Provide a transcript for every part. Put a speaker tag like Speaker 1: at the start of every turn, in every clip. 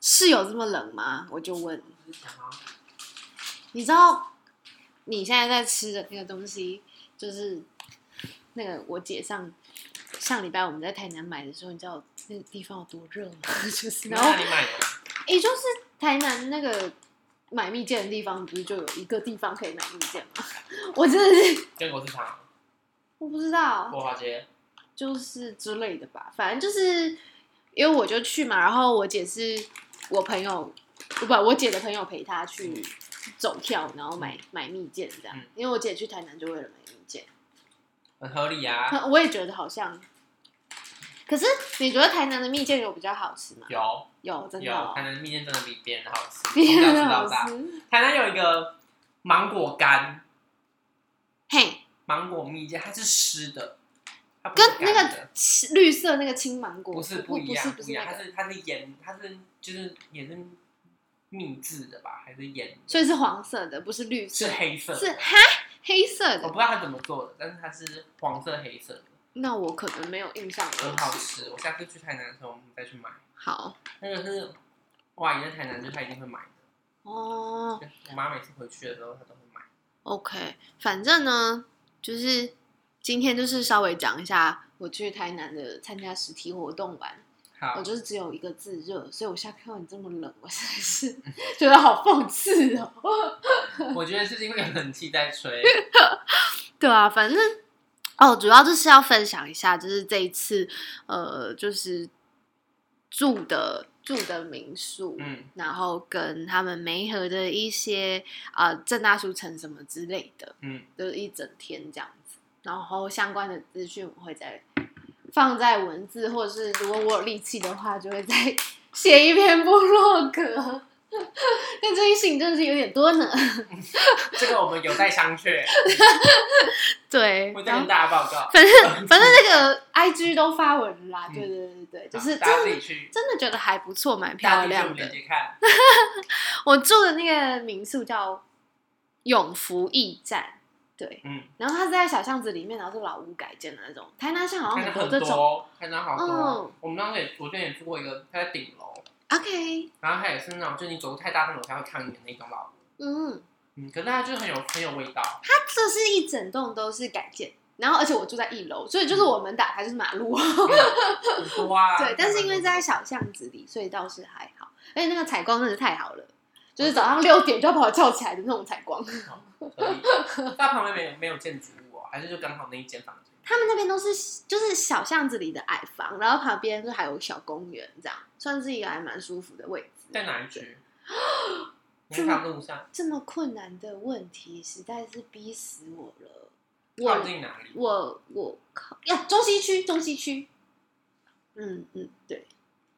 Speaker 1: 是有这么冷吗？我就问。你知道你现在在吃的那个东西，就是那个我姐上上礼拜我们在台南买的时候，你知道那个地方有多热吗？ 就是然后
Speaker 2: 那你买的？
Speaker 1: 也就是台南那个买蜜饯的地方，不是就有一个地方可以买蜜饯吗？我真的是
Speaker 2: 建国市场、
Speaker 1: 我不知道，
Speaker 2: 国华街，
Speaker 1: 就是之类的吧，反正就是因为我就去嘛，然后我姐是我朋友，不，我姐的朋友陪她去走跳，然后买买蜜饯这样
Speaker 2: 嗯，
Speaker 1: 因为我姐去台南就为了买蜜饯，
Speaker 2: 很合理啊。
Speaker 1: 可我也觉得好像，可是你觉得台南的蜜饯有比较好吃吗？
Speaker 2: 有
Speaker 1: 有，真的
Speaker 2: 有，
Speaker 1: 哦
Speaker 2: 台，南的蜜饯真的比别人好吃，从
Speaker 1: 比
Speaker 2: 小吃
Speaker 1: 较
Speaker 2: 到
Speaker 1: 好
Speaker 2: 大。
Speaker 1: 吃，
Speaker 2: 台南有一个芒果干，
Speaker 1: 嘿，
Speaker 2: 芒果蜜饯，它是湿的，它不是
Speaker 1: 跟那
Speaker 2: 干的
Speaker 1: 个青绿色那个青芒果
Speaker 2: 不是
Speaker 1: 不
Speaker 2: 一
Speaker 1: 不是
Speaker 2: 样，
Speaker 1: 不
Speaker 2: 不
Speaker 1: 是
Speaker 2: 一样，
Speaker 1: 那
Speaker 2: 它
Speaker 1: 个，
Speaker 2: 是它是盐，它是就是也是秘制的吧，还是盐？
Speaker 1: 所以是黄色的，不是绿色
Speaker 2: 是，黑色的，哦
Speaker 1: 是哈黑色
Speaker 2: 我
Speaker 1: 的
Speaker 2: 不，知道它怎么做的，但是它是黄色黑色的，
Speaker 1: 那我可能没有印象
Speaker 2: 很
Speaker 1: 了。
Speaker 2: 好吃。我下次去台南的时候，我们再去买。
Speaker 1: 好
Speaker 2: 那个是我阿姨在台南，就她一定会买的。
Speaker 1: 哦
Speaker 2: 就是我妈每次回去的时候，她都会买。
Speaker 1: ，OK，反正呢，就是今天就是稍微讲一下我去台南的参加实体活动玩，
Speaker 2: 好
Speaker 1: 我，就是只有一个自热，所以我现在看到你这么冷，我实在 是觉得好讽刺哦。
Speaker 2: 我觉得是因为有冷气在吹。
Speaker 1: 对啊，反正哦，主要就是要分享一下，就是这一次呃，就是住的住的民宿，
Speaker 2: 嗯，
Speaker 1: 然后跟他们梅河的一些啊、呃、正大书城什么之类的，
Speaker 2: 嗯，
Speaker 1: 就是一整天这样子。然后相关的资讯我会再放在文字，或者是如果我有力气的话，就会再写一篇部落格。但最近事情真的是有点多呢。
Speaker 2: 这个我们有待商 榷，
Speaker 1: 对，
Speaker 2: 会再
Speaker 1: 然后
Speaker 2: 跟大家报告。
Speaker 1: 反正反正那个 IG 都发文了啦，对对对对，就是
Speaker 2: 好嗯啊大家
Speaker 1: 真
Speaker 2: 自
Speaker 1: 的
Speaker 2: 己去，
Speaker 1: 真的觉得还不错，蛮
Speaker 2: 大家
Speaker 1: 漂亮
Speaker 2: 自己去我们链
Speaker 1: 的。
Speaker 2: 接看。
Speaker 1: 我住的那个民宿叫永福驿站，对，
Speaker 2: 嗯，
Speaker 1: 然后它是在小巷子里面，然后是老屋改建的那种。台南现在好
Speaker 2: 台
Speaker 1: 像
Speaker 2: 南
Speaker 1: 多
Speaker 2: 很
Speaker 1: 这种。
Speaker 2: 多，台南好多
Speaker 1: 嗯。
Speaker 2: 我们当时也，我之前也住过一个，它在顶楼，
Speaker 1: OK，
Speaker 2: 然后它也是那种，就是你走路太大声，楼下会抗议的那种老屋。
Speaker 1: 嗯，
Speaker 2: 嗯，可是它就是很有很有味道。
Speaker 1: 它这是一整栋都是改建，然后而且我住在一楼，所以就是我们打开就是马路。
Speaker 2: 嗯很多啊。
Speaker 1: 啊 对，但是因为在小巷子里，所以倒是还好。而且那个采光真的是太好了，就是早上六点就要把我叫起来的那种采光。
Speaker 2: 可以，它旁边没有没有建筑物哦，还是就刚好那一间房子。
Speaker 1: 他们那边都是就是小巷子里的矮房，然后旁边就还有小公园，这样算是一个还蛮舒服的位置。
Speaker 2: 在哪 一区？你
Speaker 1: 这
Speaker 2: 在
Speaker 1: 么
Speaker 2: 看路上，
Speaker 1: 这么困难的问题，实在是逼死我了。
Speaker 2: 靠
Speaker 1: 我
Speaker 2: 近哪里？
Speaker 1: 我我靠呀、中西区，中西区。嗯嗯，对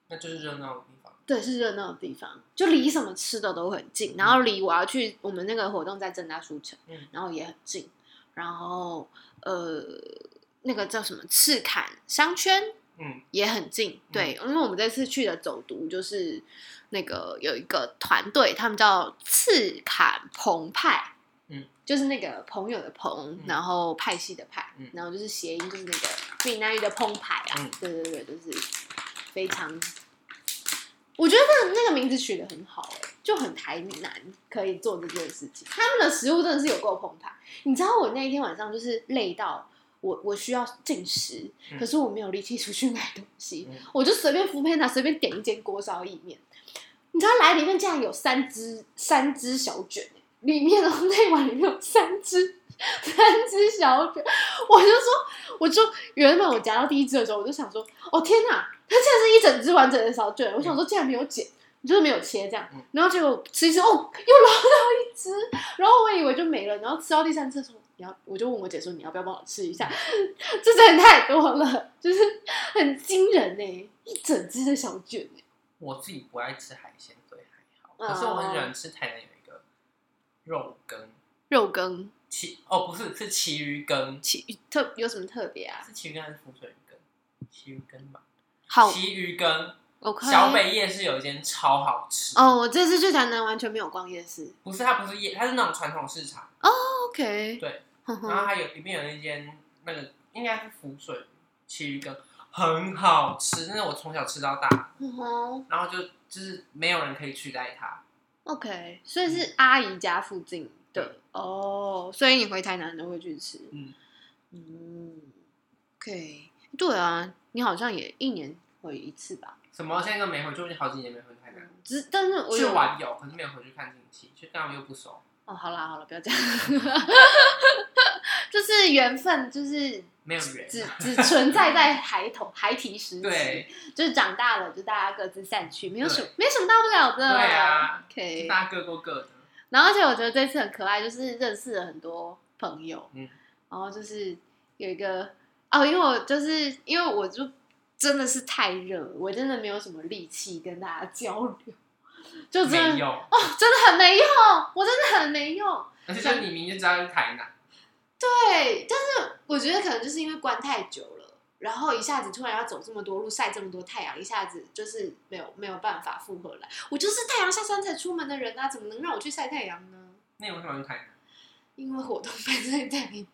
Speaker 2: 那就是热闹的地方。
Speaker 1: 对，是热闹的地方，就离什么吃的都很近，然后离我要去我们那个活动在正大书城，
Speaker 2: 嗯
Speaker 1: 然后也很近，然后呃，那个叫什么赤坎商圈，
Speaker 2: 嗯，
Speaker 1: 也很近，对，因为我们这次去的走读就是那个有一个团队，他们叫赤坎澎湃，
Speaker 2: 嗯，
Speaker 1: 就是那个朋友的朋
Speaker 2: 嗯，
Speaker 1: 然后派系的派，
Speaker 2: 嗯
Speaker 1: 然后就是谐音，就是那个闽南语的澎湃啊，
Speaker 2: 嗯
Speaker 1: 对对对，就是非常，我觉得那那个名字取得很好、欸，就很台南可以做这件事情，他们的食物真的是有够澎湃，你知道我那一天晚上就是累到。我我需要进食，
Speaker 2: 嗯
Speaker 1: 可是我没有力气出去买东西，
Speaker 2: 嗯
Speaker 1: 我就随便扶贫拿随便点一间锅烧意面，你知道来里面竟然有三只三只小卷、里面哦那碗里面有三只三只小卷，我就说我就原本我夹到第一只的时候，我就想说哦天哪，它竟然是一整只完整的小卷，我想说竟然没有剪。就是没有切这样
Speaker 2: 嗯，
Speaker 1: 然后结果吃一吃，哦，又捞到一只，然后我以为就没了，然后吃到第三次的时候，你要我就问我姐说你要不要帮我吃一下，这真的太多了， 就是很惊人呢、一整只的小卷、欸，
Speaker 2: 我自己不爱吃海鲜，所以还好。
Speaker 1: 哦
Speaker 2: 可是我很喜欢吃台南有一个肉羹，
Speaker 1: 肉羹
Speaker 2: 旗哦不是是旗鱼羹，
Speaker 1: 其特有什么特别啊？
Speaker 2: 是旗鱼羹还是浮水鱼羹？旗鱼羹吧。
Speaker 1: 好
Speaker 2: 旗鱼羹，
Speaker 1: ，OK。
Speaker 2: 小北夜市有一间超好吃。
Speaker 1: 哦，我这次去台南完全没有逛夜市。
Speaker 2: 不是它不是夜，它是那种传统市场。
Speaker 1: OK，
Speaker 2: 对，啊
Speaker 1: 哼
Speaker 2: 然后
Speaker 1: 哼，
Speaker 2: 还有里面有一间那个应该是浮水旗鱼羹，很好吃，真的我从小吃到大，
Speaker 1: 嗯哼
Speaker 2: 然后就就是没有人可以取代它。
Speaker 1: ，OK，所以是阿姨家附近的哦，所以你回台南都会去吃，
Speaker 2: 嗯
Speaker 1: 嗯，OK，对啊，你好像也一年回一次吧，
Speaker 2: 什么现在都没回去，我已经好几年没回台南。
Speaker 1: 只但是我
Speaker 2: 嗯去
Speaker 1: 有
Speaker 2: 玩有，可是没有回去看亲戚，去干嘛又不熟。
Speaker 1: 哦，好啦好啦，不要这样， 就是缘分，就是
Speaker 2: 没有缘
Speaker 1: 只只存在在孩童孩提时期
Speaker 2: 对，，
Speaker 1: 就是长大了就大家各自散去，没有什
Speaker 2: 对
Speaker 1: 没什么大不了的，
Speaker 2: 对啊
Speaker 1: ，OK，
Speaker 2: 大家各过各的。
Speaker 1: 然后而且我觉得这次很可爱，就是认识了很多朋友，
Speaker 2: 嗯
Speaker 1: 然后就是有一个哦，因为我就是因为我就真的是太热了，我真的没有什么力气跟大家交流，就真
Speaker 2: 没
Speaker 1: 的
Speaker 2: 有，
Speaker 1: 哦，真的很没用，我真的很没用。
Speaker 2: 而且像你明明就知道是台南，
Speaker 1: 对，但是我觉得可能就是因为关太久了，然后一下子突然要走这么多路，晒这么多太阳，一下子就是没有没有办法负荷来。我就是太阳下山才出门的人啊，怎么能让我去晒太阳呢？
Speaker 2: 那你为什么要去台南？
Speaker 1: 因为活动费在太阳，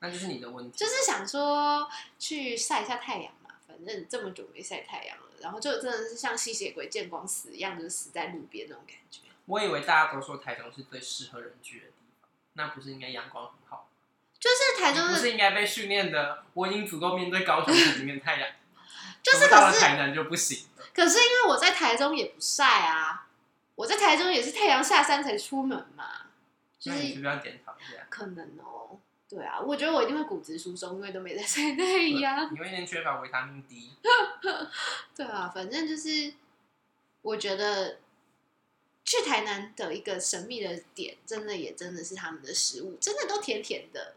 Speaker 2: 那就是你的问题。
Speaker 1: 就是想说去晒一下太阳嘛，反正这么久没晒太阳了，然后就真的是像吸血鬼见光死一样，就是死在路边那种感觉。
Speaker 2: 我以为大家都说台中是最适合人居的地方，那不是应该阳光很好？
Speaker 1: 就是台中
Speaker 2: 你不
Speaker 1: 的，
Speaker 2: 是应该被训练的？我已经足够面对高雄市里面的太阳，
Speaker 1: 就是
Speaker 2: 到
Speaker 1: 可
Speaker 2: 了
Speaker 1: 是
Speaker 2: 台南就不行了。
Speaker 1: 可是因为我在台中也不晒啊，我在台中也是太阳下山才出门嘛，就
Speaker 2: 那你是
Speaker 1: 是
Speaker 2: 不是要检讨一下？
Speaker 1: 可能哦。对啊，我觉得我一定会骨质疏松，因为都没在晒太阳。
Speaker 2: 你会先缺乏维他命 D，
Speaker 1: 对啊，反正就是我觉得去台南的一个神秘的点，真的也真的是他们的食物，真的都甜甜的。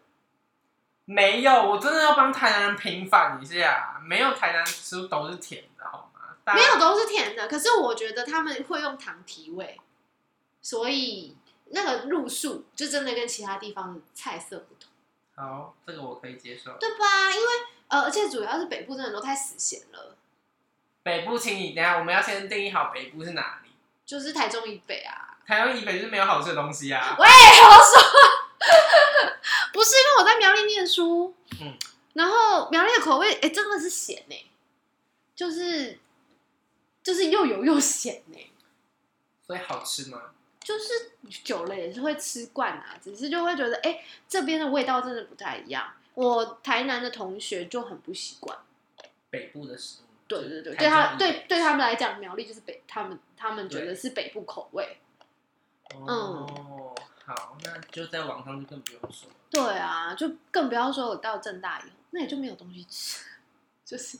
Speaker 2: 没有，我真的要帮台南人平反一下，没有台南食物都是甜的好吗？大家
Speaker 1: 没有都是甜的，可是我觉得他们会用糖提味，所以那个路数就真的跟其他地方的菜色不同。
Speaker 2: 好，这个我可以接受。
Speaker 1: 对吧？因为呃，而且主要是北部真的都太死咸了，
Speaker 2: 北部，请你等一下，我们要先定义好北部是哪里。
Speaker 1: 就是台中以北啊。
Speaker 2: 台湾以北就是没有好吃的东西啊。
Speaker 1: 哎、我说， 不是因为我在苗栗念书，
Speaker 2: 嗯，
Speaker 1: 然后苗栗的口味哎、真的是咸呢、就是就是又油又咸呢、
Speaker 2: 所以好吃吗？
Speaker 1: 就是久了也是会吃惯啊，只是就会觉得哎、这边的味道真的不太一样。我台南的同学就很不习惯，
Speaker 2: 北部的食物。
Speaker 1: 对对对，
Speaker 2: 台
Speaker 1: 对他
Speaker 2: 中以北
Speaker 1: 对对他们来讲，苗栗就是北，他们他们觉得
Speaker 2: 对
Speaker 1: 是北部口味，嗯
Speaker 2: 哦，好，那就在网上就更不用说了。
Speaker 1: 对啊，就更不要说我到正大以后，那也就没有东西吃， 就是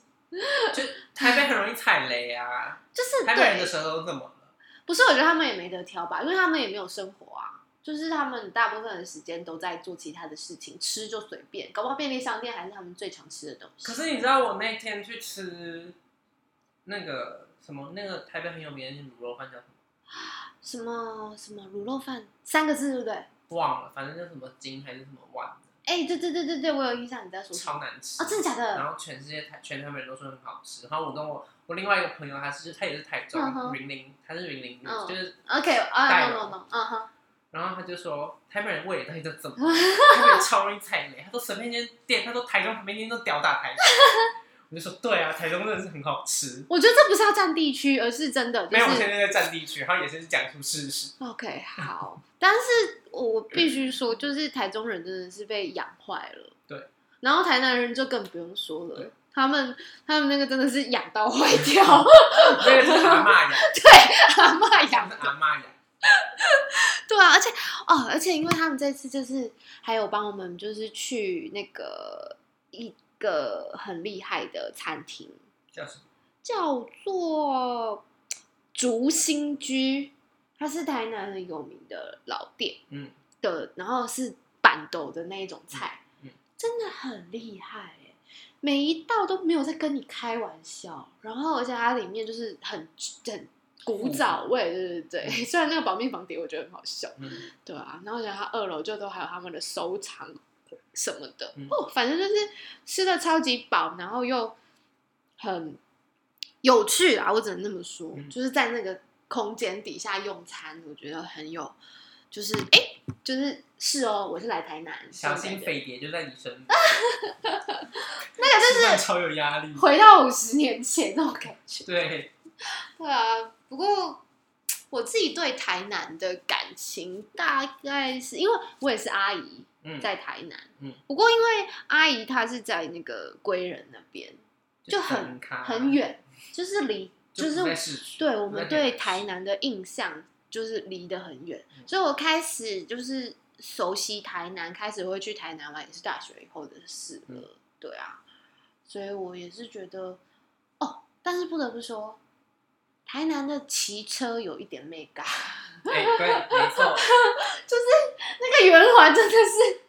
Speaker 2: 就台北很容易踩雷啊，
Speaker 1: 就是
Speaker 2: 台北人的
Speaker 1: 对，
Speaker 2: 舌头怎么了？
Speaker 1: 不是我觉得他们也没得挑吧，因为他们也没有生活啊，就是他们大部分的时间都在做其他的事情，吃就随便，搞不好便利商店还是他们最常吃的东西。
Speaker 2: 可是你知道我那天去吃那个什么，那个台北很有名的卤肉饭叫什么？
Speaker 1: 什么什么卤肉饭三个字对不对？
Speaker 2: 忘了，反正叫什么金还是什么万的，
Speaker 1: 哎，对对对对对，我有印象你在说什么
Speaker 2: 超难吃。
Speaker 1: 啊、真的假
Speaker 2: 然
Speaker 1: 的？
Speaker 2: 后全世界台全台北人都说很好吃。然后我跟我我另外一个朋友，他是他也是台中
Speaker 1: 嗯哼
Speaker 2: 云林，他是云林人
Speaker 1: 嗯
Speaker 2: 就是，
Speaker 1: OK 啊
Speaker 2: 带
Speaker 1: ，no no
Speaker 2: 了
Speaker 1: no，嗯哼，
Speaker 2: 然后他就说台北人味的东西都 怎么了，台北人超容易踩雷。他说随便一间店，他说台中旁边一间都屌 打台中。我就说对啊，台中真的是很好吃。
Speaker 1: 我觉得这不是要占地区，而是真的就
Speaker 2: 没有，我
Speaker 1: 是
Speaker 2: 现在在占地区，然后也是讲出 事实。
Speaker 1: OK，好，
Speaker 2: 嗯
Speaker 1: 但是我必须说，就是台中人真的是被养坏了。
Speaker 2: 对，
Speaker 1: 然后台南人就更不用说了
Speaker 2: 对，
Speaker 1: 他们他们那个真的是养到 坏掉，
Speaker 2: 那个是阿嬷养，
Speaker 1: 阿嬷
Speaker 2: 那
Speaker 1: 养
Speaker 2: 个
Speaker 1: 的
Speaker 2: 是。阿嬷养。
Speaker 1: 对啊，而且哦，而且因为他们这次就是还有帮我们就是去那个一个很厉害的餐厅，
Speaker 2: 叫什么？
Speaker 1: 叫做竹心居，它是台南很有名的老店，
Speaker 2: 嗯
Speaker 1: 的，然后是板豆的那一种菜，
Speaker 2: 嗯嗯
Speaker 1: 真的很厉害欸每一道都没有在跟你开玩笑，然后而且它里面就是很很古早味，对对对， 虽然那个保命房碟我觉得很好笑，
Speaker 2: 嗯，
Speaker 1: 对啊，然后然后二楼就都还有他们的收藏什么的，
Speaker 2: 嗯
Speaker 1: 哦，反正就是吃的超级饱，然后又很有趣啊，我只能那么说，
Speaker 2: 嗯
Speaker 1: 就是在那个空间底下用餐，我觉得很有，就是哎，就是是哦，我是来台南，
Speaker 2: 小
Speaker 1: 这
Speaker 2: 心
Speaker 1: 种感觉
Speaker 2: 匪谍就在你身边，
Speaker 1: 那个
Speaker 2: 吃
Speaker 1: 就
Speaker 2: 饭
Speaker 1: 是
Speaker 2: 超有压力。
Speaker 1: 回到五十年前那种感觉。
Speaker 2: 对，
Speaker 1: 对啊，不过我自己对台南的感情大概是因为我也是阿姨
Speaker 2: 嗯，
Speaker 1: 在台南，
Speaker 2: 嗯
Speaker 1: 不过因为阿姨她是在那个归仁那边，就很
Speaker 2: 很咖
Speaker 1: 很，远，就是离
Speaker 2: 啊就
Speaker 1: 就是
Speaker 2: 不在市区。
Speaker 1: 对我们
Speaker 2: 那
Speaker 1: 对
Speaker 2: 边
Speaker 1: 台南的印象就是离得很远，
Speaker 2: 嗯
Speaker 1: 所以我开始就是熟悉台南，开始会去台南玩，也是大学以后的事了。
Speaker 2: 嗯
Speaker 1: 对啊，所以我也是觉得，哦，但是不得不说，台南的骑车有一点媚感，
Speaker 2: 哎，对，没错，
Speaker 1: 那个圆环真的是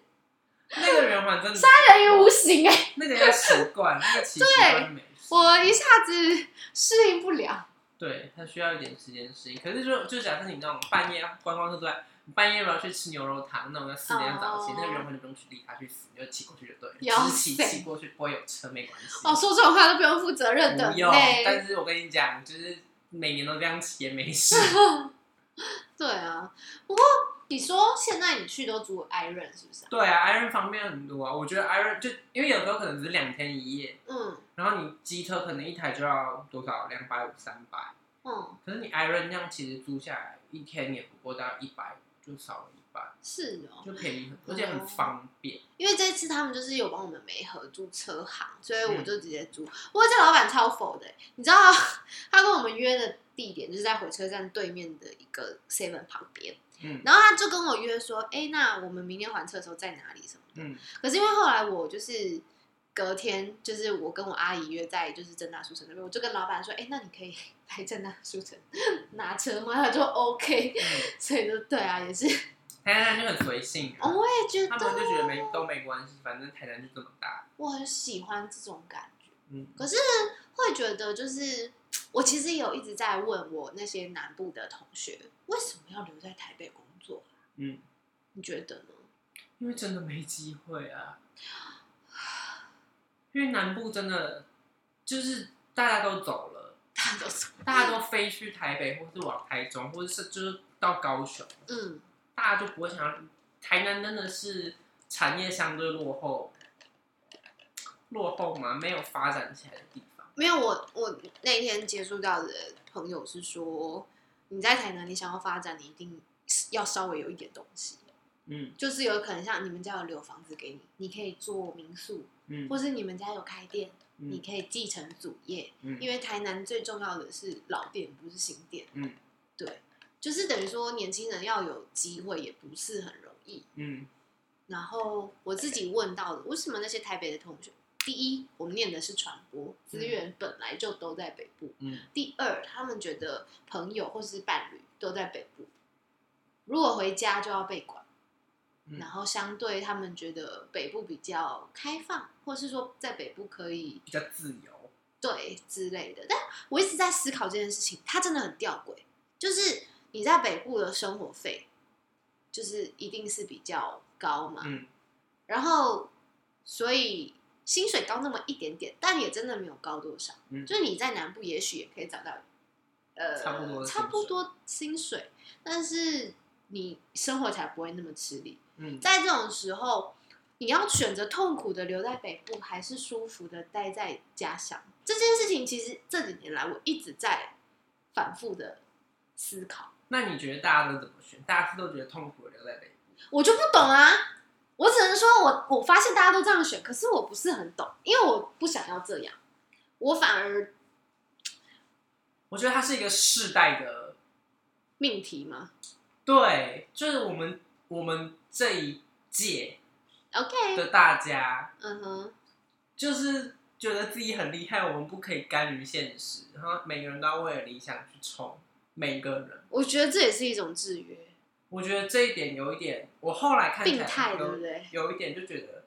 Speaker 2: 那个圆环真的，
Speaker 1: 杀人于无形哎、
Speaker 2: 那个要习惯，那个其实
Speaker 1: 对
Speaker 2: 关美食
Speaker 1: 我一下子适应不了。
Speaker 2: 对，它需要一点时间适应。可是就就假设你那种半夜观光客都在，你半夜如果要去吃牛肉汤那种，要四点要早起
Speaker 1: 哦
Speaker 2: 那个圆环就不用去理它，去死，你就骑过去就对
Speaker 1: 有
Speaker 2: 了，只骑
Speaker 1: 谁
Speaker 2: 骑过去不会有车没关系。
Speaker 1: 哦，说这种话都不用负责任的
Speaker 2: 不用，
Speaker 1: 嘞。
Speaker 2: 但是我跟你讲，就是每年都这样骑也 没事。
Speaker 1: 对啊，不过你说现在你去都住艾润是不是啊、
Speaker 2: 对啊，Iron 方面很多啊，我觉得 Iron 就因为有时候可能只是两天一夜，
Speaker 1: 嗯
Speaker 2: 然后你机车可能一台就要多少两百五三百，
Speaker 1: 嗯。
Speaker 2: 可是你 Iron 那样其实租下来一天也不过大概一百，就少了一半，
Speaker 1: 是哦，
Speaker 2: 就便宜很，而且很方便。
Speaker 1: 因为这次他们就是有帮我们媒合租车行，所以我
Speaker 2: 嗯
Speaker 1: 就直接租。不过这老板超佛的欸、你知道他跟我们约的地点就是在火车站对面的一个 Seven 旁边，
Speaker 2: 嗯
Speaker 1: 然后他就跟我约说，哎、那我们明天还车的时候在哪里什么的。
Speaker 2: 嗯
Speaker 1: 可是因为后来我就是隔天，就是我跟我阿姨约在就是正大书城那边，我就跟老板说，哎、那你可以 来正大书城拿车吗？他就 OK，
Speaker 2: 嗯，
Speaker 1: 所以就对啊，也是，
Speaker 2: 台南就很随性、
Speaker 1: 哦
Speaker 2: 啊，
Speaker 1: 我也觉得
Speaker 2: 他们就觉得没都没关系，反正台南就这么大。
Speaker 1: 我很喜欢这种感觉。
Speaker 2: 嗯，
Speaker 1: 可是会觉得，就是我其实有一直在问我那些南部的同学，为什么要留在台北工作？
Speaker 2: 嗯，
Speaker 1: 你觉得呢？
Speaker 2: 因为真的没机会啊，因为南部真的就是大家都走了。
Speaker 1: 大家都说，
Speaker 2: 大家都飞去台北，或是往台中，或者是就是到高雄，
Speaker 1: 嗯，
Speaker 2: 大家就不会想要。台南真的是产业相对落后，落后嘛，没有发展起来的地方。
Speaker 1: 没有我我那天接触到的朋友是说，你在台南，你想要发展，你一定要稍微有一点东西，
Speaker 2: 嗯
Speaker 1: 就是有可能像你们家有留房子给你，你可以做民宿，
Speaker 2: 嗯
Speaker 1: 或是你们家有开店，你
Speaker 2: 嗯
Speaker 1: 可以继承主业，因
Speaker 2: 嗯
Speaker 1: 为台南最重要的是老店，不是新店。
Speaker 2: 嗯，
Speaker 1: 对，就是等于说年轻人要有机会也不是很容易。
Speaker 2: 嗯，
Speaker 1: 然后我自己问到的，为什么那些台北的同学，第一，我们念的是传播资源本来就都在北部；
Speaker 2: 嗯
Speaker 1: 第二，他们觉得朋友或是伴侣都在北部，如果回家就要被管。
Speaker 2: 嗯
Speaker 1: 然后相对他们觉得北部比较开放，或是说在北部可以
Speaker 2: 比较自由。
Speaker 1: 对之类的。但我一直在思考这件事情，它真的很吊诡，就是你在北部的生活费，就是一定是比较高嘛，
Speaker 2: 嗯
Speaker 1: 然后所以薪水高那么一点点，但也真的没有高多少。
Speaker 2: 嗯
Speaker 1: 就是你在南部也许也可以找到，呃，
Speaker 2: 差不多的薪水
Speaker 1: 差不多薪水，但是你生活才不会那么吃力。
Speaker 2: 嗯，
Speaker 1: 在这种时候，你要选择痛苦的留在北部，还是舒服的待在家乡？这件事情其实这几年来我一直在反复的思考，
Speaker 2: 那你觉得大家都怎么选？大家是都觉得痛苦的留在北部？
Speaker 1: 我就不懂啊。我只能说我我发现大家都这样选，可是我不是很懂，因为我不想要这样，我反而
Speaker 2: 我觉得它是一个世代的
Speaker 1: 命题嘛。
Speaker 2: 对，就是我们我们这一届
Speaker 1: OK，
Speaker 2: 的大家，
Speaker 1: 嗯哼，
Speaker 2: 就是觉得自己很厉害，我们不可以甘于现实，然后每个人都要为了理想去冲，每个人。
Speaker 1: 我觉得这也是一种制约，
Speaker 2: 我觉得这一点有一点，我后来看起
Speaker 1: 病
Speaker 2: 来
Speaker 1: 态，对不
Speaker 2: 有
Speaker 1: 对？
Speaker 2: 有一点就觉得，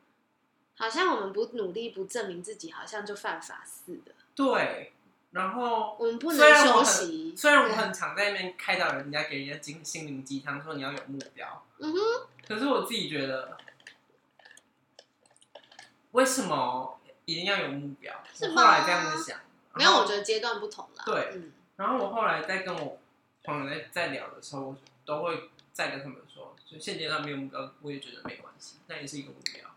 Speaker 1: 好像我们不努力、不证明自己，好像就犯法似的。
Speaker 2: 对。然后
Speaker 1: 我们不
Speaker 2: 虽
Speaker 1: 能
Speaker 2: 然我
Speaker 1: 休
Speaker 2: 很
Speaker 1: 息，
Speaker 2: 虽然我很常在那边开导人家，给人家心心灵鸡汤，说你要有目标，
Speaker 1: 嗯
Speaker 2: 可是我自己觉得，为什么一定要有目标？
Speaker 1: 是
Speaker 2: 我
Speaker 1: 吗
Speaker 2: 后来这样子想，
Speaker 1: 没有，
Speaker 2: 然后
Speaker 1: 我觉得阶段不同啦。
Speaker 2: 对
Speaker 1: 嗯，
Speaker 2: 然后我后来在跟我朋友在在聊的时候，我都会再跟他们说，就现阶段没有目标，我也觉得没关系，那也是一个目标。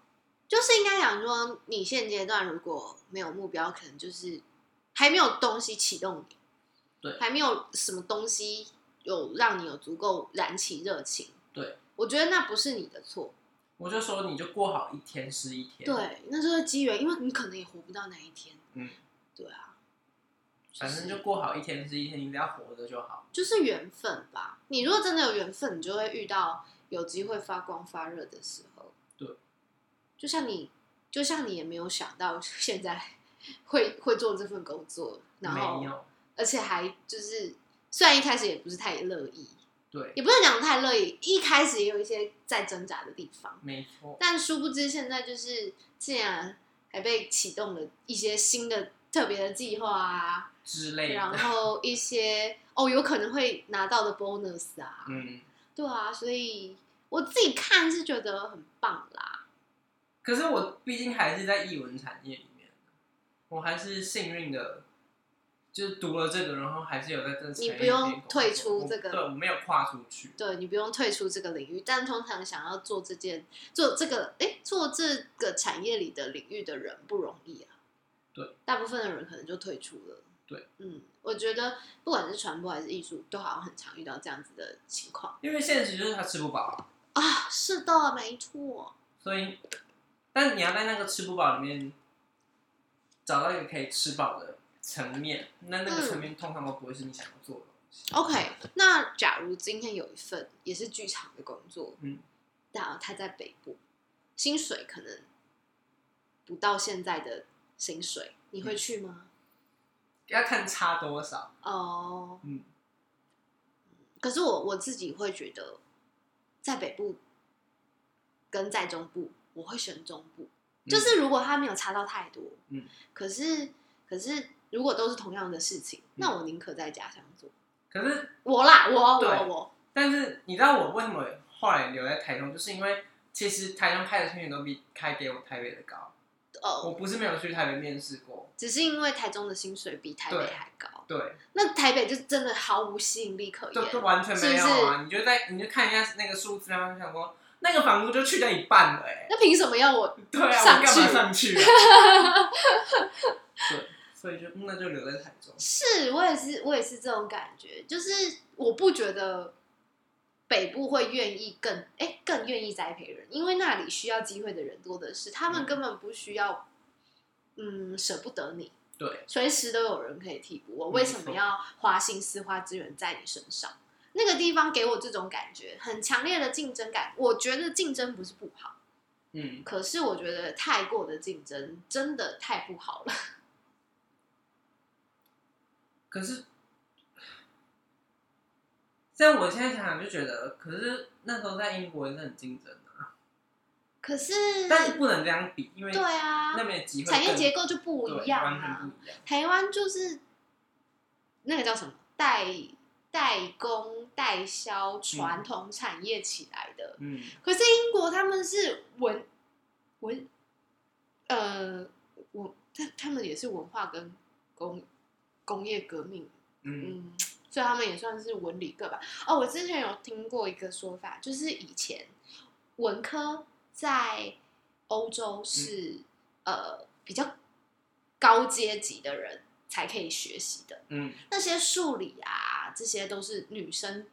Speaker 1: 就是应该讲说，你现阶段如果没有目标，可能就是还没有东西启动你，
Speaker 2: 对
Speaker 1: 还没有什么东西有让你有足够燃起热情，
Speaker 2: 对，
Speaker 1: 我觉得那不是你的错，
Speaker 2: 我就说你就过好一天是一天，，
Speaker 1: 对，那就是机缘，因为你可能也活不到那一天，
Speaker 2: 嗯，
Speaker 1: 对啊，
Speaker 2: 反正
Speaker 1: 是
Speaker 2: 就过好一天是一天，你只要活着就好。
Speaker 1: 就是缘分吧。你如果真的有缘分，你就会遇到有机会发光发热的时候。
Speaker 2: 对，
Speaker 1: 就像你，就像你也没有想到现在会会做这份工作，然后
Speaker 2: 没有，
Speaker 1: 而且还就是，虽然一开始也不是太乐意，
Speaker 2: 对，
Speaker 1: 也不能讲太乐意，一开始也有一些在挣扎的地方，
Speaker 2: 没错，
Speaker 1: 但殊不知现在就是竟然还被启动了一些新的特别的计划啊，
Speaker 2: 之类的，
Speaker 1: 然后一些哦有可能会拿到的 bonus 啊，
Speaker 2: 嗯。
Speaker 1: 对啊，所以我自己看是觉得很棒啦，
Speaker 2: 可是我毕竟还是在译文产业里面，我还是幸运的，就是读了这个，然后还是有在这个产业
Speaker 1: 你不用
Speaker 2: 里面工作
Speaker 1: 退出这个
Speaker 2: 我对，我没有跨出去，
Speaker 1: 对你不用退出这个领域，但通常想要做这件做这个哎做这个产业里的领域的人不容易啊，
Speaker 2: 对，
Speaker 1: 大部分的人可能就退出了。
Speaker 2: 对，
Speaker 1: 嗯，我觉得不管是传播还是艺术，都好像很常遇到这样子的情况。
Speaker 2: 因为现实就是他吃不饱啊，
Speaker 1: 啊，是的，没错，
Speaker 2: 所以，但你要在那个吃不饱里面找到一个可以吃饱的层面，那那个
Speaker 1: 嗯
Speaker 2: 层面通常都不会是你想要做的东西。
Speaker 1: OK，那假如今天有一份也是剧场的工作，
Speaker 2: 嗯，
Speaker 1: 但他在北部，薪水可能不到现在的薪水，你会去吗？
Speaker 2: 要看差多少，
Speaker 1: 哦、
Speaker 2: 嗯，
Speaker 1: 可是我我自己会觉得，在北部跟在中部，我会选中部，
Speaker 2: 嗯
Speaker 1: 就是如果他没有差到太多，
Speaker 2: 嗯，
Speaker 1: 可是可是如果都是同样的事情，
Speaker 2: 嗯
Speaker 1: 那我宁可在家乡做。
Speaker 2: 可是，
Speaker 1: 我啦，我我
Speaker 2: 对
Speaker 1: 我，
Speaker 2: 但是你知道我为什么后来留在台中，就是因为其实台中开的薪水都比开给我台北的高。
Speaker 1: 哦，
Speaker 2: 我不是没有去台北面试过，
Speaker 1: 只是因为台中的薪水比台北
Speaker 2: 对
Speaker 1: 还高，
Speaker 2: 对，
Speaker 1: 那台北就真的毫无吸引力可
Speaker 2: 就就
Speaker 1: 言。
Speaker 2: 完全没有
Speaker 1: 是不
Speaker 2: 啊！你就在你就看一下那个数字，然后想说那个房租就去掉一半了、欸，
Speaker 1: 那凭什么要我？
Speaker 2: 对啊，
Speaker 1: 上
Speaker 2: 我干嘛上去啊？ 对，所以就那就留在台中。
Speaker 1: 是我也是我也是这种感觉，就是我不觉得北部会愿意更哎、更愿意栽培人，因为那里需要机会的人多的是，他们
Speaker 2: 嗯
Speaker 1: 根本不需要，嗯，舍不得你，
Speaker 2: 对，
Speaker 1: 随时都有人可以替补我，为什么
Speaker 2: 没错
Speaker 1: 要花心思、花资源在你身上？那个地方给我这种感觉，很强烈的竞争感。我觉得竞争不是不好，
Speaker 2: 嗯，
Speaker 1: 可是我觉得太过的竞争真的太不好了。
Speaker 2: 可是，像我现在想想就觉得，可是那时候在英国也是很竞争的、啊，
Speaker 1: 可是，
Speaker 2: 但是不能这样比，因为
Speaker 1: 对啊，
Speaker 2: 那边的机会
Speaker 1: 产业
Speaker 2: 更
Speaker 1: 结构就不
Speaker 2: 对
Speaker 1: 一样
Speaker 2: 完全
Speaker 1: 啊。
Speaker 2: 不一样。
Speaker 1: 台湾就是那个叫什么代代工、代销传统产业起来的，
Speaker 2: 嗯，
Speaker 1: 可是英国他们是文文呃文，他他们也是文化跟工工业革命
Speaker 2: 嗯
Speaker 1: 嗯，所以他们也算是文理各吧。哦，我之前有听过一个说法，就是以前文科在欧洲是、呃比较高阶级的人才可以学习的，
Speaker 2: 嗯
Speaker 1: 那些数理啊，这些都是女生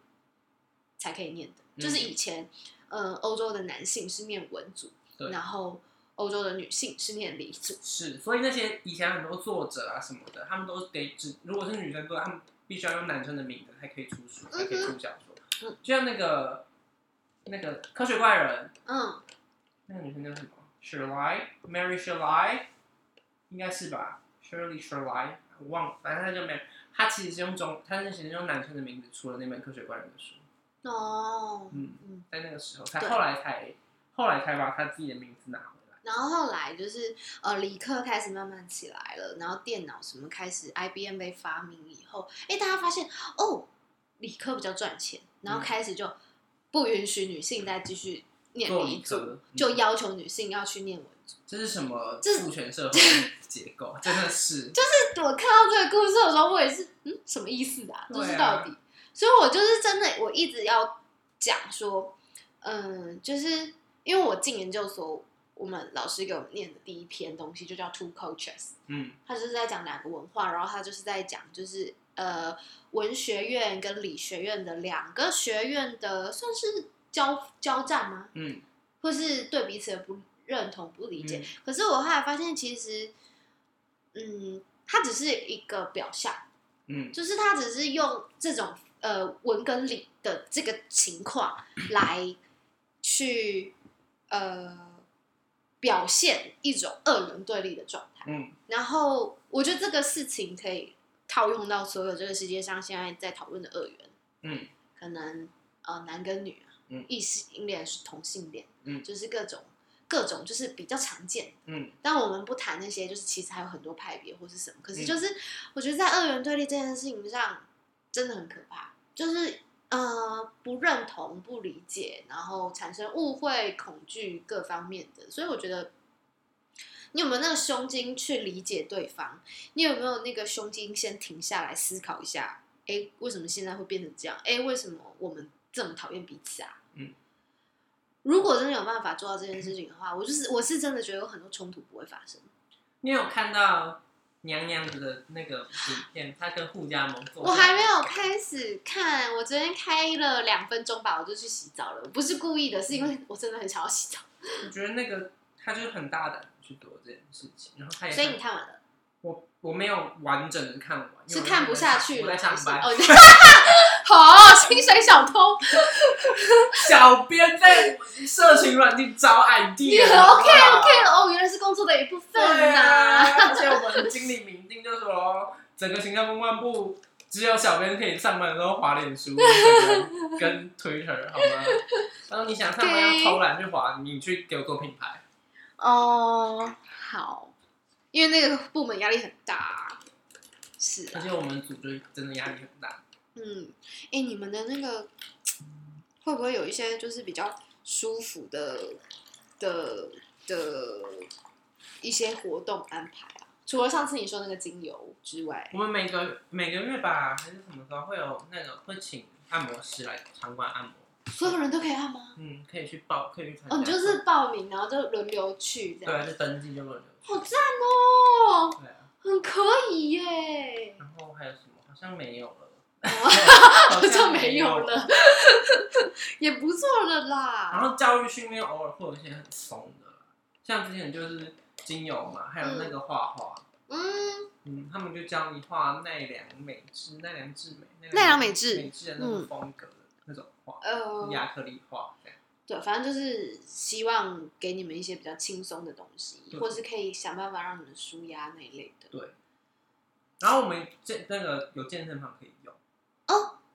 Speaker 1: 才可以念的。
Speaker 2: 嗯
Speaker 1: 就是以前，呃，欧洲的男性是念文组，
Speaker 2: 对
Speaker 1: 然后欧洲的女性是念理组。
Speaker 2: 是，所以那些以前很多作者啊什么的，他们都得只如果是女生作，他们必须要用男生的名字才可以出书，才可以出小说。
Speaker 1: 嗯
Speaker 2: 就像那个那个科学怪人，
Speaker 1: 嗯，
Speaker 2: 那个女生叫什么？Shirley，Mary Shirley，应该是吧？Shirley Shirley，我忘了，反正她叫 Mary。她其实是用中，她是其实用男生的名字出了那本科学怪人的书。
Speaker 1: 哦，
Speaker 2: 嗯，
Speaker 1: 嗯。
Speaker 2: 在那个时候，她
Speaker 1: 对
Speaker 2: 后来才后来才把她自己的名字拿回来。
Speaker 1: 然后后来就是呃，理科开始慢慢起来了，然后电脑什么开始，IBM 被发明以后，哎，大家发现哦，理科比较赚钱，然后
Speaker 2: 嗯
Speaker 1: 开始就不允许女性再继续念
Speaker 2: 做
Speaker 1: 理
Speaker 2: 理
Speaker 1: 组
Speaker 2: 科嗯，
Speaker 1: 就要求女性要去念文组。
Speaker 2: 这是什么
Speaker 1: 这
Speaker 2: 父权社会的结构？真的是，就是
Speaker 1: 我看到这个故事的时候，我也是，嗯，什么意思啊？
Speaker 2: 对
Speaker 1: 就
Speaker 2: 啊
Speaker 1: 是到底，所以我就是真的，我一直要讲说，嗯，就是因为我进研究所，我们老师给我们念的第一篇东西就叫 Two Cultures，
Speaker 2: 嗯
Speaker 1: 他就是在讲两个文化，然后他就是在讲就是呃文学院跟理学院的两个学院的算是交交战吗？
Speaker 2: 嗯，
Speaker 1: 或是对彼此的不认同、不理解。
Speaker 2: 嗯
Speaker 1: 可是我后来发现，其实，嗯，它只是一个表象，
Speaker 2: 嗯
Speaker 1: 就是它只是用这种呃文跟理的这个情况来去呃表现一种二元对立的状态。
Speaker 2: 嗯
Speaker 1: 然后我觉得这个事情可以套用到所有这个世界上现在在讨论的二元。
Speaker 2: 嗯
Speaker 1: 可能呃男跟女啊，
Speaker 2: 嗯
Speaker 1: 异性恋是同性恋，
Speaker 2: 嗯
Speaker 1: 就是各种各种就是比较常见。
Speaker 2: 嗯
Speaker 1: 但我们不谈那些，就是其实还有很多派别或是什么。可是
Speaker 2: 嗯
Speaker 1: 就是、我觉得在二元对立这件事情上真的很可怕，就是呃不认同、不理解，然后产生误会、恐惧各方面的。所以我觉得。你有没有那个胸襟去理解对方？你有没有那个胸襟先停下来思考一下？诶，为什么现在会变成这样？诶，为什么我们这么讨厌彼此啊？
Speaker 2: 嗯，
Speaker 1: 如果真的有办法做到这件事情的话，我就是我是真的觉得有很多冲突不会发生。
Speaker 2: 你有看到娘娘的那个影片，她跟护家盟做？
Speaker 1: 我还没有开始看，我昨天开了两分钟吧，我就去洗澡了。不是故意的，是因为我真的很想要洗澡，
Speaker 2: 我觉得那个他就是很大胆地去做这件事情，然后他也
Speaker 1: 所以你看完了
Speaker 2: 我我没有完整的看完，因为
Speaker 1: 是
Speaker 2: 我
Speaker 1: 看不下
Speaker 2: 在
Speaker 1: 去
Speaker 2: 我
Speaker 1: 了
Speaker 2: 在上
Speaker 1: 还是
Speaker 2: 班，
Speaker 1: 哦，你 好，薪水小偷，
Speaker 2: 小编在社群软体找 idea。
Speaker 1: 你很 OK OK 了哦，原来是工作的一部
Speaker 2: 对
Speaker 1: 分呐、
Speaker 2: 啊，而且我们经理明定就说，整个形象公关部只有小编可以上班的时候滑脸 书 Instagram 跟 Twitter 好吗？然后你想上班
Speaker 1: OK
Speaker 2: 要偷懒去滑，你去给我做品牌。
Speaker 1: 哦，好，因为那个部门压力很大，是
Speaker 2: 而
Speaker 1: 啊，
Speaker 2: 且我们组就真的压力很大，
Speaker 1: 嗯，哎、你们的那个会不会有一些就是比较舒服的的的一些活动安排啊？除了上次你说那个精油之外，
Speaker 2: 我们每个每个月吧还是什么时候会有那个会请按摩师来场馆按摩，
Speaker 1: 所有人都可以按吗？
Speaker 2: 嗯，可以去报，可以去参加。
Speaker 1: 哦，你就是报名，然后就轮流去这
Speaker 2: 对啊，
Speaker 1: 样，
Speaker 2: 就登记就轮流去。
Speaker 1: 好赞哦，
Speaker 2: 对啊，
Speaker 1: 很可以耶。
Speaker 2: 然后还有什么？好像没有了，
Speaker 1: 好
Speaker 2: 好
Speaker 1: 像没有。了，也不错了
Speaker 2: 然
Speaker 1: 啦。
Speaker 2: 后教育训练偶尔会有一些很松的，像之前就是精油嘛，还有那个画画，
Speaker 1: 嗯，
Speaker 2: 嗯，他们就教你画奈良美智、奈良智美、
Speaker 1: 奈良美智嗯
Speaker 2: 美智的那种风格的那种画，
Speaker 1: 呃，
Speaker 2: 亚克力画这样。
Speaker 1: 对，反正就是希望给你们一些比较轻松的东西，
Speaker 2: 对
Speaker 1: 或是可以想办法让你们舒压那一类的。
Speaker 2: 对然后我们健那个有健身房可以用，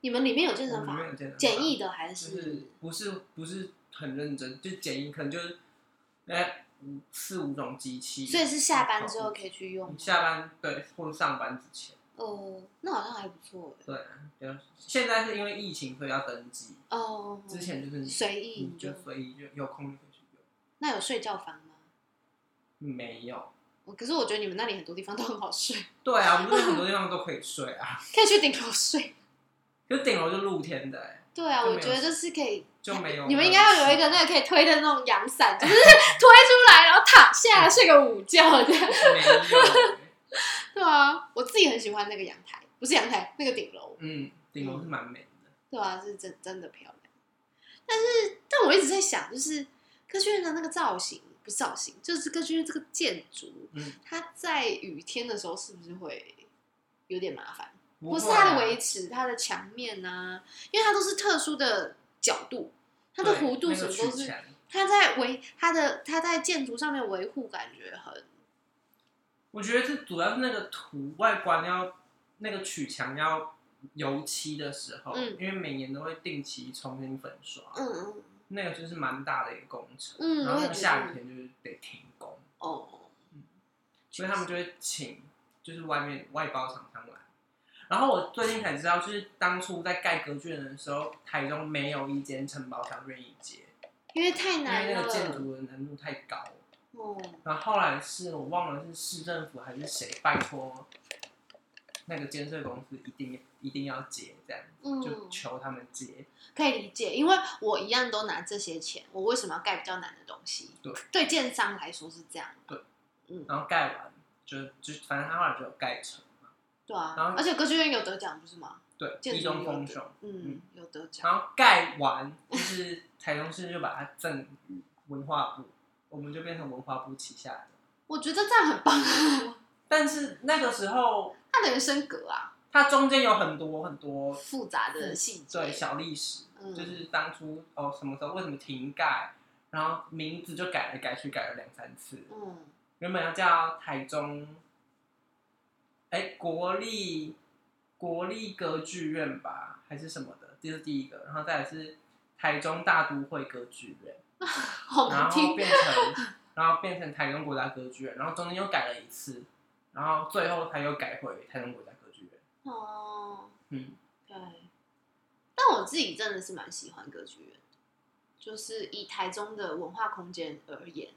Speaker 1: 你们里面有健身
Speaker 2: 我们里面
Speaker 1: 房，
Speaker 2: 有健身房
Speaker 1: 简易的还？
Speaker 2: 就是是不是不是很认真，就简易，可能就是哎五四五种机器，
Speaker 1: 所以是下班之后可
Speaker 2: 以
Speaker 1: 以去用吗。
Speaker 2: 下班对或者上班之前，
Speaker 1: 哦，那好像还不错哎。
Speaker 2: 对啊，就是现在是因为疫情所以要登记，
Speaker 1: 哦，
Speaker 2: 之前就是你
Speaker 1: 随意
Speaker 2: 你
Speaker 1: 你就
Speaker 2: 就随意就有空就可以去用，
Speaker 1: 那有睡觉房吗？
Speaker 2: 没有。
Speaker 1: 我可是我觉得你们那里很多地方都很好睡，
Speaker 2: 对啊，我们就是很多地方都可以睡啊，
Speaker 1: 可以去顶楼睡。
Speaker 2: 可是顶楼就露天的、欸，
Speaker 1: 对啊，
Speaker 2: 就没
Speaker 1: 我
Speaker 2: 有
Speaker 1: 觉得就是可以
Speaker 2: 就没有。
Speaker 1: 你们应该要有一个那个可以推的那种阳伞，就是 推出来，然后躺下来睡个午觉这样。
Speaker 2: 没有欸、
Speaker 1: 对啊，我自己很喜欢那个阳台，不是阳台，那个顶楼。
Speaker 2: 嗯，顶楼是蛮美的。
Speaker 1: 对啊，是真真的漂亮。但是，但我一直在想，就是歌剧院的那个造型，不是造型，就是歌剧院这个建筑，
Speaker 2: 嗯，
Speaker 1: 它在雨天的时候是不是会有点麻烦？
Speaker 2: 不
Speaker 1: 不是
Speaker 2: 会啊
Speaker 1: 它的维持，它的墙面啊，因为它都是特殊的角度，它的
Speaker 2: 对
Speaker 1: 弧度
Speaker 2: 那
Speaker 1: 什
Speaker 2: 个
Speaker 1: 么都
Speaker 2: 曲
Speaker 1: 是
Speaker 2: 墙
Speaker 1: 他在维他的他在建筑上面维护，感觉很
Speaker 2: 我觉得是主要是那个图外观要那个曲墙要油漆的时候，
Speaker 1: 嗯
Speaker 2: 因为每年都会定期重新粉刷，
Speaker 1: 嗯嗯
Speaker 2: 那个就是蛮大的一个工程。
Speaker 1: 嗯
Speaker 2: 然后
Speaker 1: 我
Speaker 2: 那
Speaker 1: 也
Speaker 2: 个
Speaker 1: 觉
Speaker 2: 下
Speaker 1: 得
Speaker 2: 雨天就是得停工，
Speaker 1: 哦，
Speaker 2: 所以他们就会请就是外面外包厂商来。然后我最近才知道，就是当初在盖隔卷的时候，台中没有一间承包商愿意接，
Speaker 1: 因为太
Speaker 2: 因为
Speaker 1: 难
Speaker 2: 那
Speaker 1: 了
Speaker 2: 个建筑的难度太高了。
Speaker 1: 哦，
Speaker 2: 然后后来是我忘了是市政府还是谁拜托那个建设公司一定一定要接这样，就
Speaker 1: 嗯，
Speaker 2: 求他们接。
Speaker 1: 可以理解，因为我一样都拿这些钱，我为什么要盖比较难的东西？
Speaker 2: 对，
Speaker 1: 对，建商来说是这样，
Speaker 2: 然后盖完就就反正他后来就有盖成，
Speaker 1: 对啊
Speaker 2: 然后，
Speaker 1: 而且歌剧院有得奖不是吗？
Speaker 2: 对，
Speaker 1: 建
Speaker 2: 一
Speaker 1: 筑有
Speaker 2: 中丰
Speaker 1: 得
Speaker 2: 雄。
Speaker 1: 嗯，有得奖。
Speaker 2: 然后盖完就是台中市就把它赠予文化部，我们就变成文化部旗下的。
Speaker 1: 我觉得这样很棒啊，
Speaker 2: 但是那个时候，
Speaker 1: 他的人生格啊，
Speaker 2: 它中间有很多很多
Speaker 1: 复杂的细节，
Speaker 2: 对小历史，
Speaker 1: 嗯
Speaker 2: 就是当初哦什么时候为什么停盖，然后名字就改来改去改了两三次，
Speaker 1: 嗯
Speaker 2: 原本要叫台中，哎国立国立歌剧院吧还是什么的，这是第一个，然后再来是台中大都会歌剧院。
Speaker 1: 好
Speaker 2: 然
Speaker 1: 难
Speaker 2: 后
Speaker 1: 听，
Speaker 2: 变成，然后变成台中国家歌剧院，然后中间又改了一次，然后最后他又改回台中国家歌剧院。
Speaker 1: 哦，
Speaker 2: 嗯，
Speaker 1: 对。但我自己真的是蛮喜欢歌剧院的，就是以台中的文化空间而言，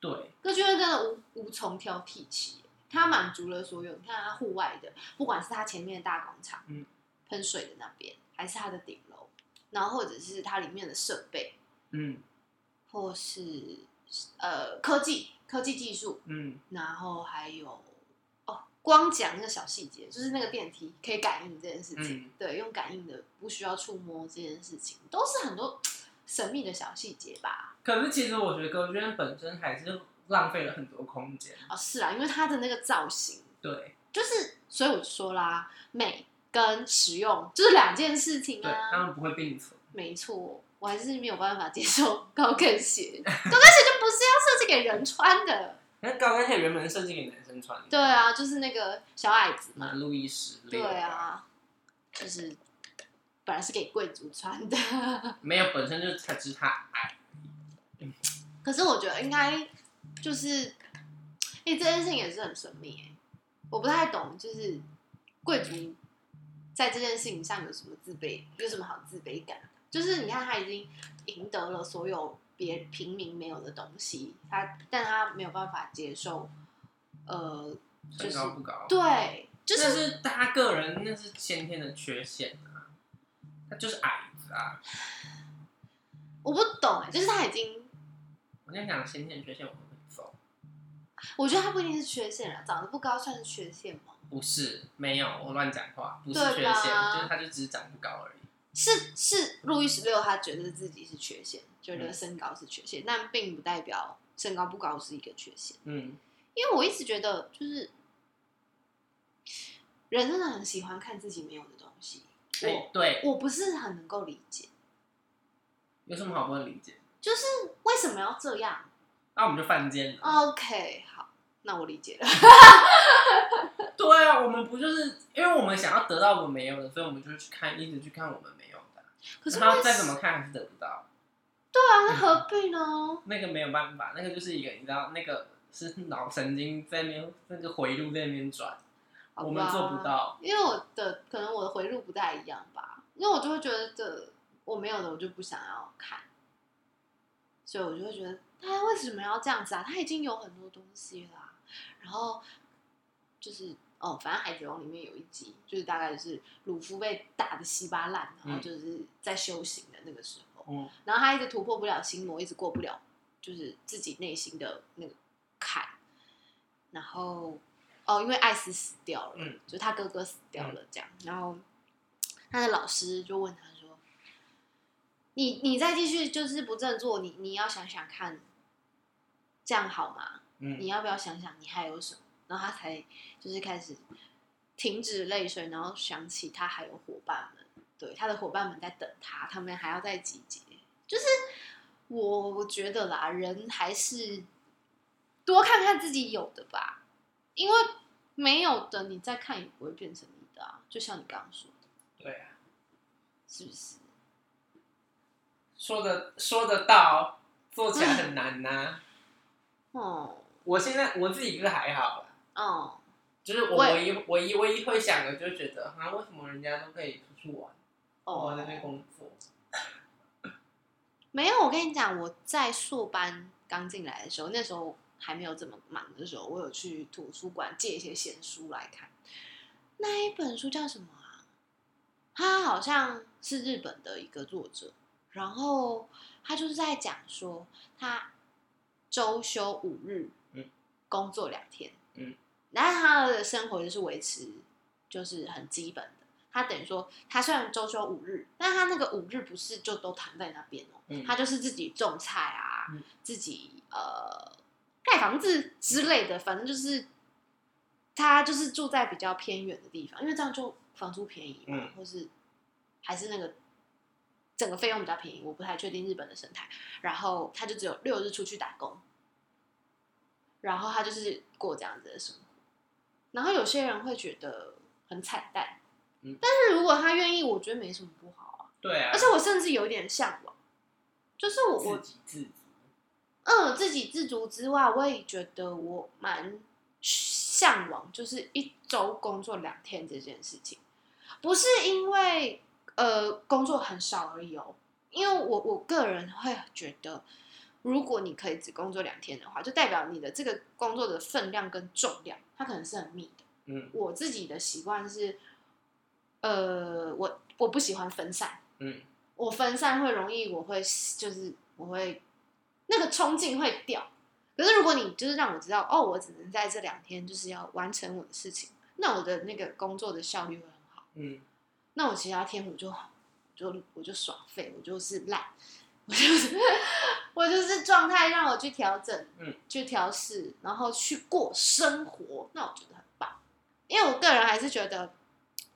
Speaker 2: 对，
Speaker 1: 歌剧院真的无无从挑剔起耶，它满足了所有。你看它户外的，不管是它前面的大广场，
Speaker 2: 嗯，
Speaker 1: 喷水的那边，还是它的顶楼，然后或者是它里面的设备，
Speaker 2: 嗯
Speaker 1: 或是呃科技科技技术，
Speaker 2: 嗯
Speaker 1: 然后还有哦光讲那个小细节，就是那个电梯可以感应这件事情，
Speaker 2: 嗯
Speaker 1: 对，用感应的不需要触摸这件事情，都是很多神秘的小细节吧。
Speaker 2: 可是其实我觉得歌剧院本身还是浪费了很多空间。
Speaker 1: 哦，是啊，因为它的那个造型。
Speaker 2: 对
Speaker 1: 就是，所以我就说啦，美跟实用就是两件事情
Speaker 2: 对，嗯他
Speaker 1: 啊。
Speaker 2: 们不会并存。
Speaker 1: 没错，我还是没有办法接受高跟鞋。高跟鞋就不是要设计给人穿的。
Speaker 2: 那高跟鞋原本是设计给男生穿的，
Speaker 1: 对，啊，就是那个小矮子嘛。
Speaker 2: 那路易十
Speaker 1: 对
Speaker 2: 六，，
Speaker 1: 啊，就是本来是给贵族穿的。
Speaker 2: 没有本身就他只是他矮，
Speaker 1: 可是我觉得应该就是，哎、这件事情也是很神秘哎、我不太懂，就是贵族在这件事情上有什么自卑，有什么好自卑感？就是你看他已经赢得了所有别平民没有的东西，他但他没有办法接受，呃，就
Speaker 2: 身
Speaker 1: 是
Speaker 2: 高不高。
Speaker 1: 对，就
Speaker 2: 那
Speaker 1: 是
Speaker 2: 是他个人，那是先天的缺陷啊，他就是矮子啊。
Speaker 1: 我不懂哎、就是他已经，
Speaker 2: 我在想先天缺陷我会不会走？
Speaker 1: 我觉得他不一定是缺陷啊了，长得不高算是缺陷吗？
Speaker 2: 不是，没有，我乱讲话，不是
Speaker 1: 对吧
Speaker 2: 缺陷，就是他就只是长不高而已。
Speaker 1: 是是路易十六，他觉得自己是缺陷，觉
Speaker 2: 嗯
Speaker 1: 得身高是缺陷，但并不代表身高不高是一个缺陷。
Speaker 2: 嗯，
Speaker 1: 因为我一直觉得，就是人真的很喜欢看自己没有的东西。
Speaker 2: 哎、
Speaker 1: 我
Speaker 2: 对，
Speaker 1: 我不是很能够理解，
Speaker 2: 有什么好不能理解？
Speaker 1: 就是为什么要这样
Speaker 2: 那、我们就犯贱
Speaker 1: 哦
Speaker 2: 了。
Speaker 1: ？OK，好，那我理解了。
Speaker 2: 对啊，我们不就是因为我们想要得到我们没有的，所以我们就去看，一直去看我们没有的。
Speaker 1: 可是
Speaker 2: 他
Speaker 1: 为
Speaker 2: 再怎
Speaker 1: 什
Speaker 2: 么看还是得不到，
Speaker 1: 么那何必呢？
Speaker 2: 那个没有办法，那个就是一个你知道，那个是脑神经在那边那个回路在那边转，
Speaker 1: 好吧
Speaker 2: 我们做不到。
Speaker 1: 因为我的可能我的回路不太一样吧，因为我就会觉得我没有的我就不想要看，所以我就会觉得他为什么要这样子啊？他已经有很多东西啦、然后就是哦，反正《海贼王》里面有一集，就是大概就是鲁夫被打的稀巴烂，然后就是在修行的那个时候，
Speaker 2: 嗯，
Speaker 1: 然后他一直突破不了心魔，一直过不了，就是自己内心的那个坎。然后哦，因为艾斯死掉了，
Speaker 2: 嗯
Speaker 1: 就他哥哥死掉了，这样。然后他的老师就问他说：“你你再继续就是不振作，你你要想想看，这样好吗？你
Speaker 2: 嗯，
Speaker 1: 要不要想想你还有什么？”然后他才就是开始停止泪水，然后想起他还有伙伴们，对他的伙伴们在等他，他们还要再集结。就是我我觉得啦，人还是多看看自己有的吧，因为没有的你再看也不会变成你的啊。就像你刚刚说的，
Speaker 2: 对啊，
Speaker 1: 是不是？
Speaker 2: 说的说得到，做起来很难呐、
Speaker 1: 哦
Speaker 2: 我现在我自己是还好啦，
Speaker 1: 哦，
Speaker 2: 就是我
Speaker 1: 我也
Speaker 2: 唯一唯一唯一会想的，就是觉得啊，为什么人家都可以出去玩，我
Speaker 1: 哦
Speaker 2: 在那边工作？
Speaker 1: 没有，我跟你讲，我在硕班刚进来的时候，那时候还没有这么忙的时候，我有去图书馆借一些闲书来看。那一本书叫什么啊？他好像是日本的一个作者，然后他就是在讲说他周休五日，
Speaker 2: 嗯
Speaker 1: 工作两天，
Speaker 2: 嗯，
Speaker 1: 但是他的生活就是维持就是很基本的。他等于说，他虽然周休五日，但他那个五日不是就都躺在那边哦，
Speaker 2: 嗯
Speaker 1: 他就是自己种菜啊，
Speaker 2: 嗯
Speaker 1: 自己呃盖房子之类的，反正就是他就是住在比较偏远的地方，因为这样就房租便宜嘛，
Speaker 2: 嗯
Speaker 1: 或是还是那个整个费用比较便宜，我不太确定日本的生态。然后他就只有六日出去打工，然后他就是过这样子的生活。然后有些人会觉得很惨淡，
Speaker 2: 嗯
Speaker 1: 但是如果他愿意，我觉得没什么不好啊。
Speaker 2: 对啊，
Speaker 1: 而且我甚至有点向往，就是我我
Speaker 2: 自给自足，
Speaker 1: 嗯，自给自足之外，我也觉得我蛮向往，就是一周工作两天这件事情，不是因为呃工作很少而已哦，因为我我个人会觉得，如果你可以只工作两天的话，就代表你的这个工作的分量跟重量，它可能是很密的。
Speaker 2: 嗯
Speaker 1: 我自己的习惯是，呃，我我不喜欢分散，
Speaker 2: 嗯
Speaker 1: 我分散会容易，我会就是我会那个冲劲会掉。可是如果你就是让我知道，哦，我只能在这两天就是要完成我的事情，那我的那个工作的效率会很好。
Speaker 2: 嗯，
Speaker 1: 那我其他天我就就我就耍废，我就是懒，我就是我就是状态让我去调整，
Speaker 2: 嗯，
Speaker 1: 去调试，然后去过生活，那我觉得很棒。因为我个人还是觉得，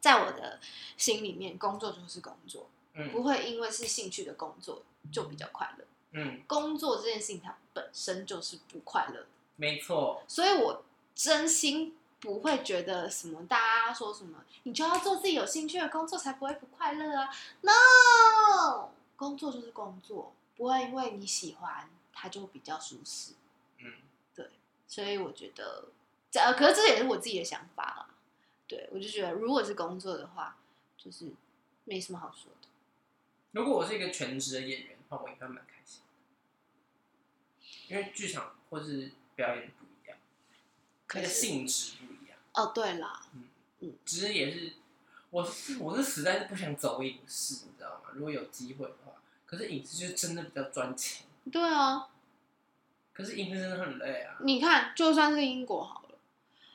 Speaker 1: 在我的心里面，工作就是工作，
Speaker 2: 嗯
Speaker 1: 不会因为是兴趣的工作就比较快乐。
Speaker 2: 嗯，
Speaker 1: 工作这件事情它本身就是不快乐的，
Speaker 2: 没错，
Speaker 1: 所以我真心不会觉得什么大家说什么你就要做自己有兴趣的工作才不会不快乐啊。No，工作就是工作，不会因为你喜欢它就比较舒适。
Speaker 2: 嗯，
Speaker 1: 所以我觉得，这呃，可是这也是我自己的想法啦。对，我就觉得如果是工作的话，就是没什么好说的。
Speaker 2: 如果我是一个全职的演员的话，我应该蛮开心的，因为剧场或是表演不一样，
Speaker 1: 可
Speaker 2: 那个
Speaker 1: 是
Speaker 2: 性质不一样，
Speaker 1: 哦，对啦，
Speaker 2: 其实也是，我是我是实在是不想走影视，你知道吗？如果有机会的话，可是影视就是真的比较赚钱，
Speaker 1: 对啊，
Speaker 2: 可是影视真的很累啊，
Speaker 1: 你看，就算是英国好了，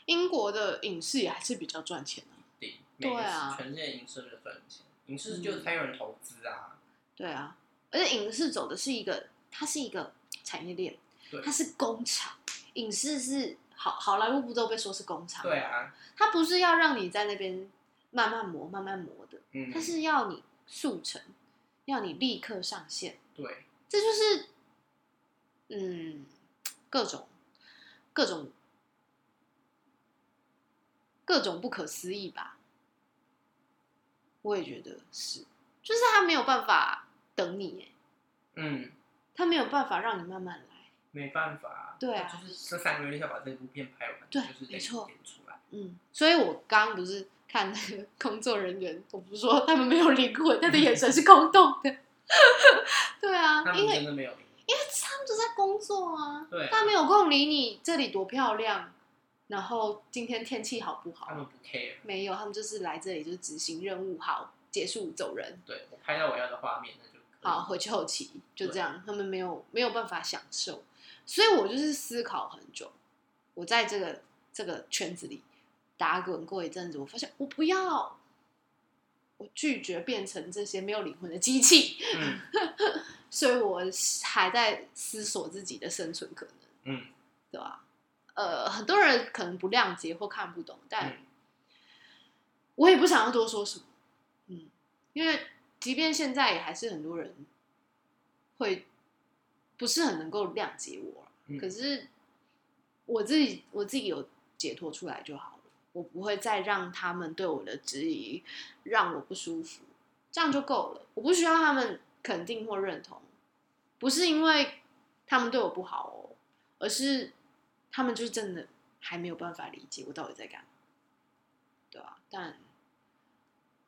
Speaker 1: 英国的影视也还是比较赚钱的、
Speaker 2: 对，每个
Speaker 1: 对啊嗯
Speaker 2: 全世界影视都赚钱，影视就是才有人投资啊，
Speaker 1: 对啊，而且影视走的是一个，它是一个产业链
Speaker 2: 对，
Speaker 1: 它是工厂，影视是好好莱坞不都被说是工厂？
Speaker 2: 对，啊，
Speaker 1: 它不是要让你在那边慢慢磨、慢慢磨的，
Speaker 2: 嗯
Speaker 1: 它，是要你速成，要你立刻上线，
Speaker 2: 对，
Speaker 1: 这就是嗯各种各种各种不可思议吧。我也觉得是，就是他没有办法等你耶，
Speaker 2: 嗯，
Speaker 1: 他没有办法让你慢慢来。
Speaker 2: 没办法啊，
Speaker 1: 对啊
Speaker 2: 就是这三个月要把这部片拍完，
Speaker 1: 对
Speaker 2: 就是得
Speaker 1: 没错
Speaker 2: 演出来，
Speaker 1: 嗯，所以我刚刚不是看那个 工作人员，我不是说他们没有灵魂，他的眼神是空洞的。 对啊
Speaker 2: 他，们
Speaker 1: 因为
Speaker 2: 真的没有赢，
Speaker 1: 因为他们就在工作啊，
Speaker 2: 对啊，
Speaker 1: 他没有空理你这里多漂亮，然后今天天气好不
Speaker 2: 他
Speaker 1: 好？
Speaker 2: 们不 care，
Speaker 1: 没有，他们就是来这里就是执行任务，好结束走人，
Speaker 2: 对我拍到我要的画面，那就可以
Speaker 1: 好回去后期就这样，他们没有没有办法享受，所以我就是思考很久，我在这个这个圈子里打滚过一阵子，我发现我不要，我拒绝变成这些没有灵魂的机器，
Speaker 2: 嗯
Speaker 1: 所以我还在思索自己的生存可能，
Speaker 2: 嗯，
Speaker 1: 对吧、呃，很多人可能不谅解或看不懂，但
Speaker 2: 嗯
Speaker 1: 我也不想要多说什么，嗯，因为即便现在也还是很多人会不是很能够谅解我啊、
Speaker 2: 嗯
Speaker 1: 可是我自己我自己有解脱出来就好了，我不会再让他们对我的质疑让我不舒服，这样就够了。我不需要他们肯定或认同，不是因为他们对我不好哦，而是他们就是真的还没有办法理解我到底在干嘛，对啊，但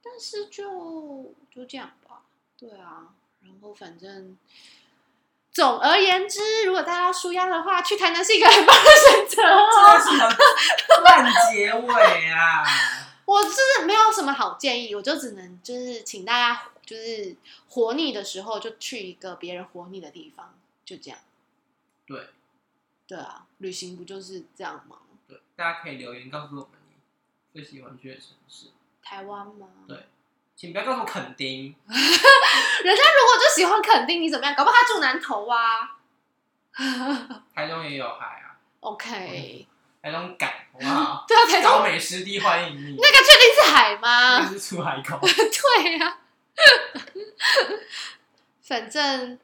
Speaker 1: 但是就就这样吧，对啊，然后反正。总而言之，如果大家要舒压的话，去台南是一个很棒的选择哦。
Speaker 2: 真的是很烂结尾啊！
Speaker 1: 我我真的没有什么好建议，我就只能就是请大家就是活腻的时候就去一个别人活腻的地方，就这样。
Speaker 2: 对，
Speaker 1: 对啊，旅行不就是这样吗？
Speaker 2: 对，大家可以留言告诉我们你最喜欢去的城市，
Speaker 1: 台湾吗？
Speaker 2: 对请不要告诉我垦丁，
Speaker 1: 人家如果就喜欢垦丁，你怎么样？搞不好他住南投啊。
Speaker 2: 台中也有海啊，
Speaker 1: OK，
Speaker 2: 台中港好不好？
Speaker 1: 对啊，台中
Speaker 2: 嗯高美湿地欢迎你，
Speaker 1: 那啊个确定是海吗？
Speaker 2: 那是出 海口。
Speaker 1: 对呀、反正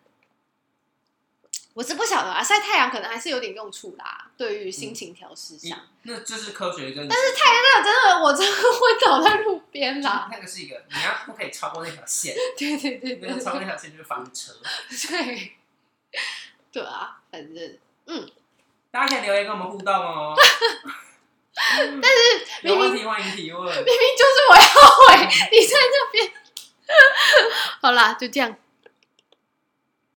Speaker 1: 我是不晓得啊，晒太阳可能还是有点用处啦，对于心情调试上。
Speaker 2: 那这是科学真的，
Speaker 1: 但是太热真的，我真的会倒在路边 啦。
Speaker 2: 那个是一个，你要不可以超过那 条线，
Speaker 1: 对对对
Speaker 2: 那
Speaker 1: 对
Speaker 2: 个超过
Speaker 1: 对，
Speaker 2: 那条线就是房车。
Speaker 1: 对对啊，反正
Speaker 2: 大家可以留言跟我们互 动哦。但是有问题欢迎提 问。
Speaker 1: 明明就是我要回，你在这边。好啦，就这样，